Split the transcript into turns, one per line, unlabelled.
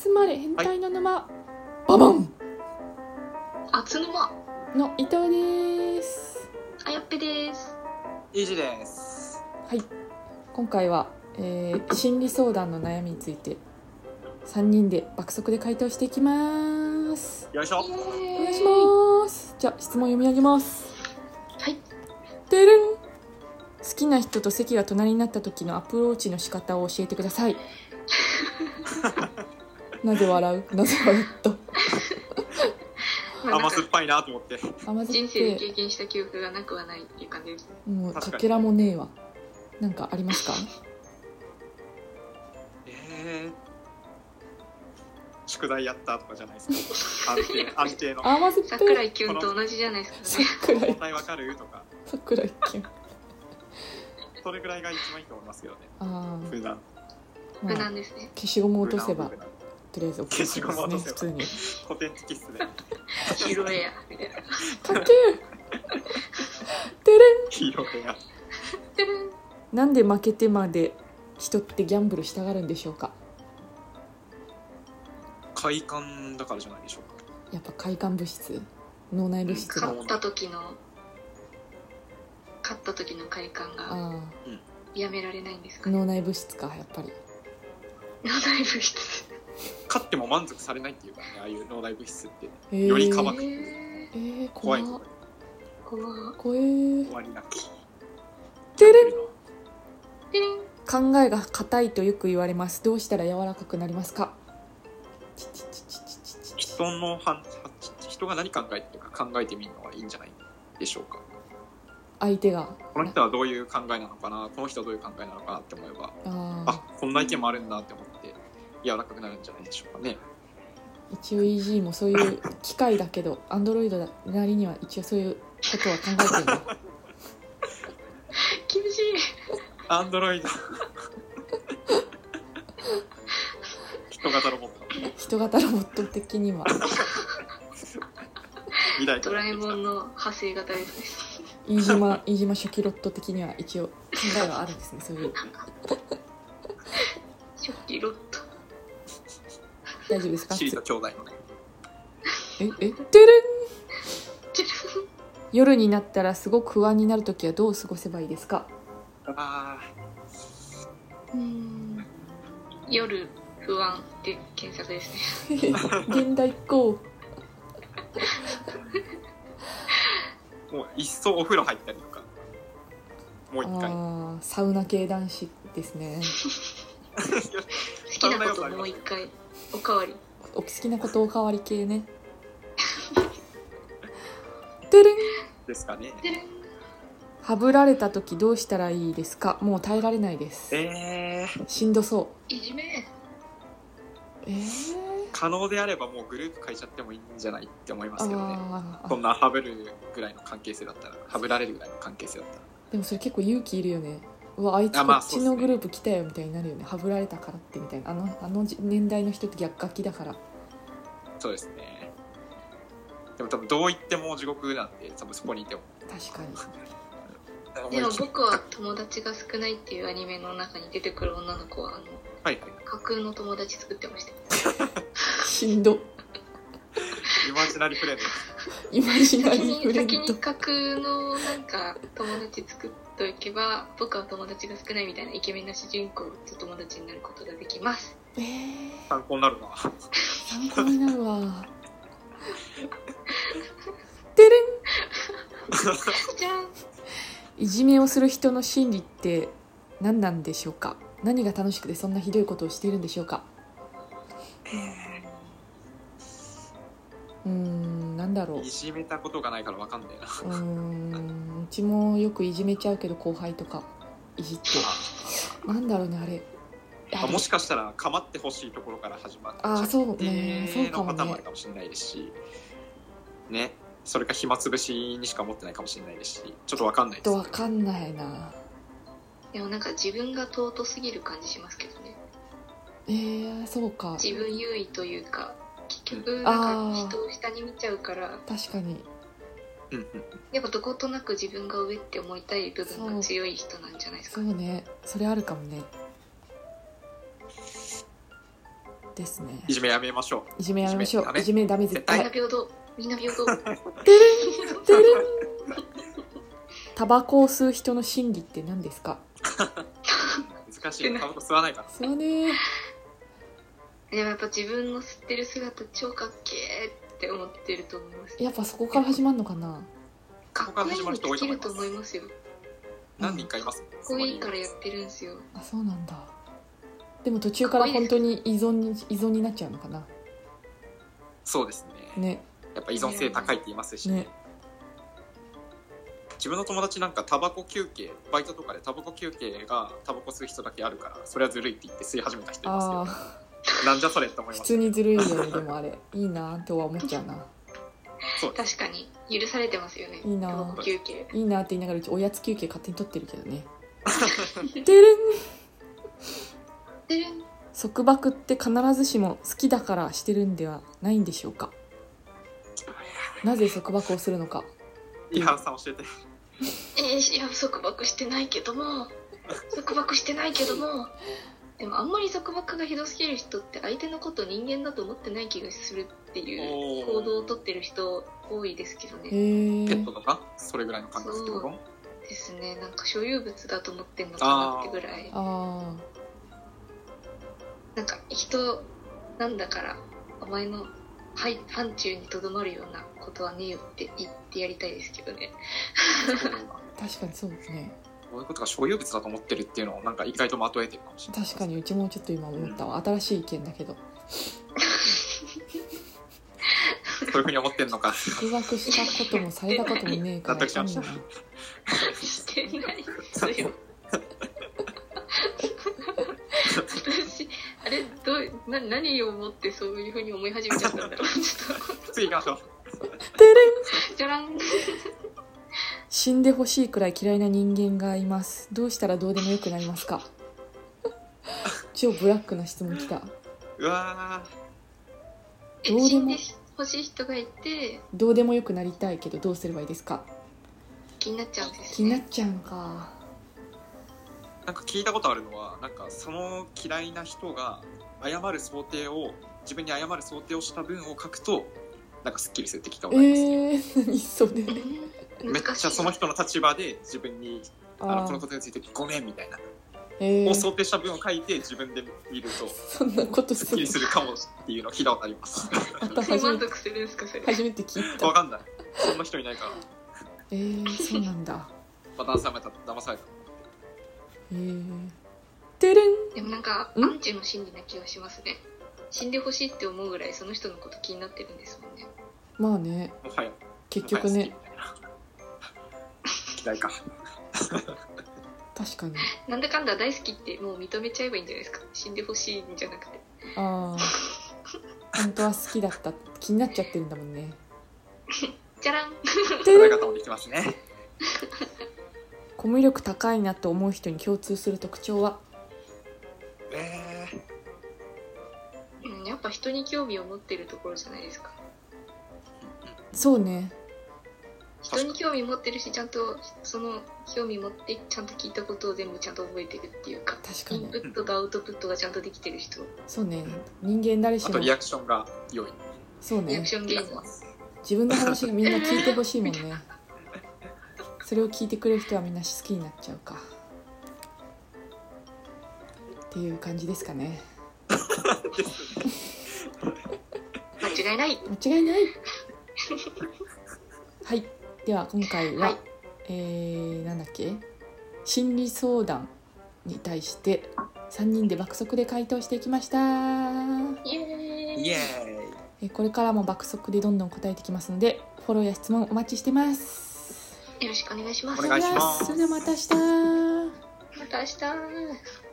集まれ変態の沼、ババン
あつの間
の伊藤です
あやっぺです
イージーです。
はい今回は、えー心理相談の悩みについて3人で爆速で回答していきます
よいしょ。
お願いし
す
ますじゃあ質問読み上げます
はい
てるん好きな人と席が隣になった時のアプローチの仕方を教えてくだ さいなぜ笑うなぜ笑った
まあ、なん
甘
か
酸っぱいなと思って。
甘酸っぱい
人生で経験した記憶がなくはないっていう感じです
もう
確かに
かけらもねえわなんかありますか
えー宿題やったとかじゃないですか。安定、安定の。
甘酸っ
桜
ぱい
井きゅんと同じじゃないですかね
桜
交
井
代わかるとか、
桜井君
それぐらいが一番いいと思いますけどね。
あ
普段。
あ、ま
無
あ、
難ですね
消しゴムを落とせば
無難無
とりあえず OK で
消
す
し
ね
ゴム落とせ
普
ば
通に
難古典的っすね。
ヒロエアみたいな
かけるてれん
ヒーローが。
てるん
なんで負けてまで人ってギャンブルしたがるんでしょうか
快感だからじゃないでしょう
やっぱ快感物質脳内物質が
う
あ
ん
勝った時の勝った時の快感が
あ
やめられないんですかね
脳内物質かやっぱり
脳内物質
か。勝っても満足されないっていうかね、ああいう脳内物質って。
えー
よりかばく
えー
えー、
怖
怖
い
い
とか
怖っ
怖えー
終わりなく。
てれん
てれん
考えが硬いとよく言われますどうしたら柔らかくなりますかちちちちちちち
人の反人が何考えてるか考えてみるのはいいんじゃないでしょうか。
相手が
この人はどういう考えなのかなこの人はどういう考えなのかなって思えば
あ
あ
あ
こんな意見もあるんだって思って柔らかくなるんじゃないでしょうかね
一応 EG もそういう機械だけど Android なりには一応そういうことは考えてる
厳しい
アンドロイド 人型ロボット
人型ロボット的には
未来か
ド
ら
ラ
や
え
ってき
も
た
んの派生型ですね
飯島飯島初期ロット的には一応考えはあるんですねそういう
初期ロット
大丈夫ですか
シリタ兄弟のね
ええてれん
てるん
夜になったらすごく不安になるときはどう過ごせばいいですか
あー
うん
夜不安で検索ですね
現代っ子
もう一層お風呂入ったりとかもう一回
あーサウナ系男子ですね
好きなこともう一回おかわり
お好きなことおかわり系ね てれん
ですかね
てるん
はぶられた時どうしたらいいですかもう耐えられないです
えー、
しんどそ
いじめ
うえー、
可能であればもうグループ変えちゃってもいいんじゃないって思いますけどね
あ
そん
ー
なハブるぐらいの関係性だったらハブられるぐらいの関係性だったら
でもそれ結構勇気いるよねうわあいつ
あ
こ
まあ
っち
そう
の
っすね
グループ来たよみたいになるよねはぶられたからってみたいなあのあのじ年代の人って逆書きだから
そうですね。でも多分どう言っても地獄なんで、多分そこにいても。
確かに
でも僕は友達が少ないっていうアニメの中に出てくる女の子はあの
はいはい。
架空の友達作ってました
しん ど
イマジナリープレイの。
今しな
先
りフ
に
レン
先に
ド
架空のなんか友達作っといけば僕は友達が少ないみたいなイケメンな主人公と友達になることができます
えー、
参考になるな。
参考になるわてれん
じゃ
いじめをする人の心理って何なんでしょうか何が楽しくてそんなひどいことをしているんでしょうかうーんなんだろう
いじめたことがないからわかんねえな。
うーんうちもよくいじめちゃうけど後輩とかいじってなんだろうねあれ
あもしかしたら構ってほしいところから始まっ
あーそうねそうか
の
も
パターンもあ
ね
るかもしれないですし、ね。それか暇つぶしにしか持ってないかもしれないですし、ちょっとわかんない
ち
で
ょっ
す
とわかんないな
あでもなんか自分が尊すぎる感じしますけどね
えー、そうか
自分優位というか結局なんか人を下に見ちゃうから
確かに
うんうん。
やっぱどことなく自分が上って思いたい部分が強い人なんじゃないです
そ
か
うねそれあるかもねですね
いじめやめましょ
いじめやめましょうい
い
じめダメ絶対
みんな平等みん な平等
てれんてれん タバコを吸う人の心理って何ですか
う難しいタバコ吸わないから
そうね
でもやっぱ自分の吸ってる姿超かっけーって思ってると思います
やっぱそこから始まるのかな
かっこいいのできると思いますよか
何人かいます
っこいいからやってるんですよ
あそうなんだでも途中から本当に依存に依存になっちゃうのかな
そうですね
ね
やっぱ依存性高いって言いますしね
ね
自分の友達なんかタバコ休憩バイトとかでタバコ休憩がタバコ吸う人だけあるからそれはずるいって言って吸い始めた人います
あ
よ
あ
なんじゃそれって思い
普
ま
通
す
にずるいよねでもあれいいなとは思っちゃうな
そうです
確かに許されてますよね
いいなぁ
タバコ休憩
いいなって言いながらうちおやつ休憩勝手に取ってるけどねてれん
でん
束縛って必ずしも好きだからしてるんではないんでしょうかなぜ束縛をするのか
伊原さん教えて
えーいや束縛してないけ ども束縛してないけどもでもあんまり束縛がひどすぎる人って相手のこと人間だと思ってない気がするっていう
お
行動を
ー
とってる人多いですけど
へ
ね
え
ペットとかそれぐらいの感覚ってこと
ですねなんか所有物だと思ってんのかなってぐらい
あ
なんか人なんだからお前の範範疇にとどまるようなことはねえよって言ってやりたいですけどね
そうだ
あ確かにそうですね
こういうことが所有物だと思ってるっていうのをなんか意外とまとえてるかもしれない
確かにうちもちょっと今思ったわ新しい意見だけど
そういうふうに思ってんのか
束縛したこともされたこともねえから
納得しました
いいな
してないですよ私あれどうな何をもってそういうふうに思い始めちゃったんだろうちょっ
次行きましょう
てれん
とじゃらん
死んでほしいくらい嫌いな人間がいますどうしたらどうでもよくなりますか 超ブラックな質問きた
うわー
え
どうでも
死んでほしい人がいて
どうでもよくなりたいけどどうすればいいですか
気になっちゃうんですね
気になっちゃうのか
なんか聞いたことあるのはなんかその嫌いな人が謝る想定を自分に謝る想定をした文を書くとなんかすっきりするって聞いた
え
ことあります、
ー、何それ
うん
めっ
難しい
ちゃその人の立場で自分にあの
ー
このことについてごめんみたいな、
え
を
ー、
想定した文を書いて自分で見ると
そんなこと
すっ
す
き
る
りするかもっていうのを聞いたことあります
また初め
満
て
足するんですかそれ
初めて聞い
わ
た
かんないそんな人いないから、
えー、そうなんだ
まあ、騙された騙された
えー、てれん
でもなんか
ん
アンチの心理な気がしますね死んでほしいって思うぐらいその人のこと気になってるんですもんね
まあね
もはや
結局ね
もはや好きみたいな 嫌いか
確かに
なんだかんだ大好きってもう認めちゃえばいいんじゃないですか死んでほしいんじゃなくて
ああ本当は好きだった気になっちゃってるんだもん ね
じゃらん
て
食
れ
べ
ん
方もできますね
コミュ力高いなと思う人に共通する特徴は
えー
うんやっぱ人に興味を持ってるところじゃないですか
そうね
人に興味持ってるしちゃんとその興味持ってちゃんと聞いたことを全部ちゃんと覚えてるっていうか
確か
イン
に
プットとアウトプットがちゃんとできてる人
そうね人間誰し
あ
も
とリアクションが良い
そう
リア
ね
クション芸人
自分の話みんな聞いてほしいもんねそれを聞いてくれる人はみんな好きになっちゃうかっていう感じですかね
間違いない
間違いないはいでは今回は、
はい
えー、なんだっけ心理相談に対して3人で爆速で回答していきました
イエーイ
イエーイ
えーこれからも爆速でどんどん答えていきますのでフォローや質問お待ちしてます
よろしくお願いします
お願いします
それではまた明日
また明日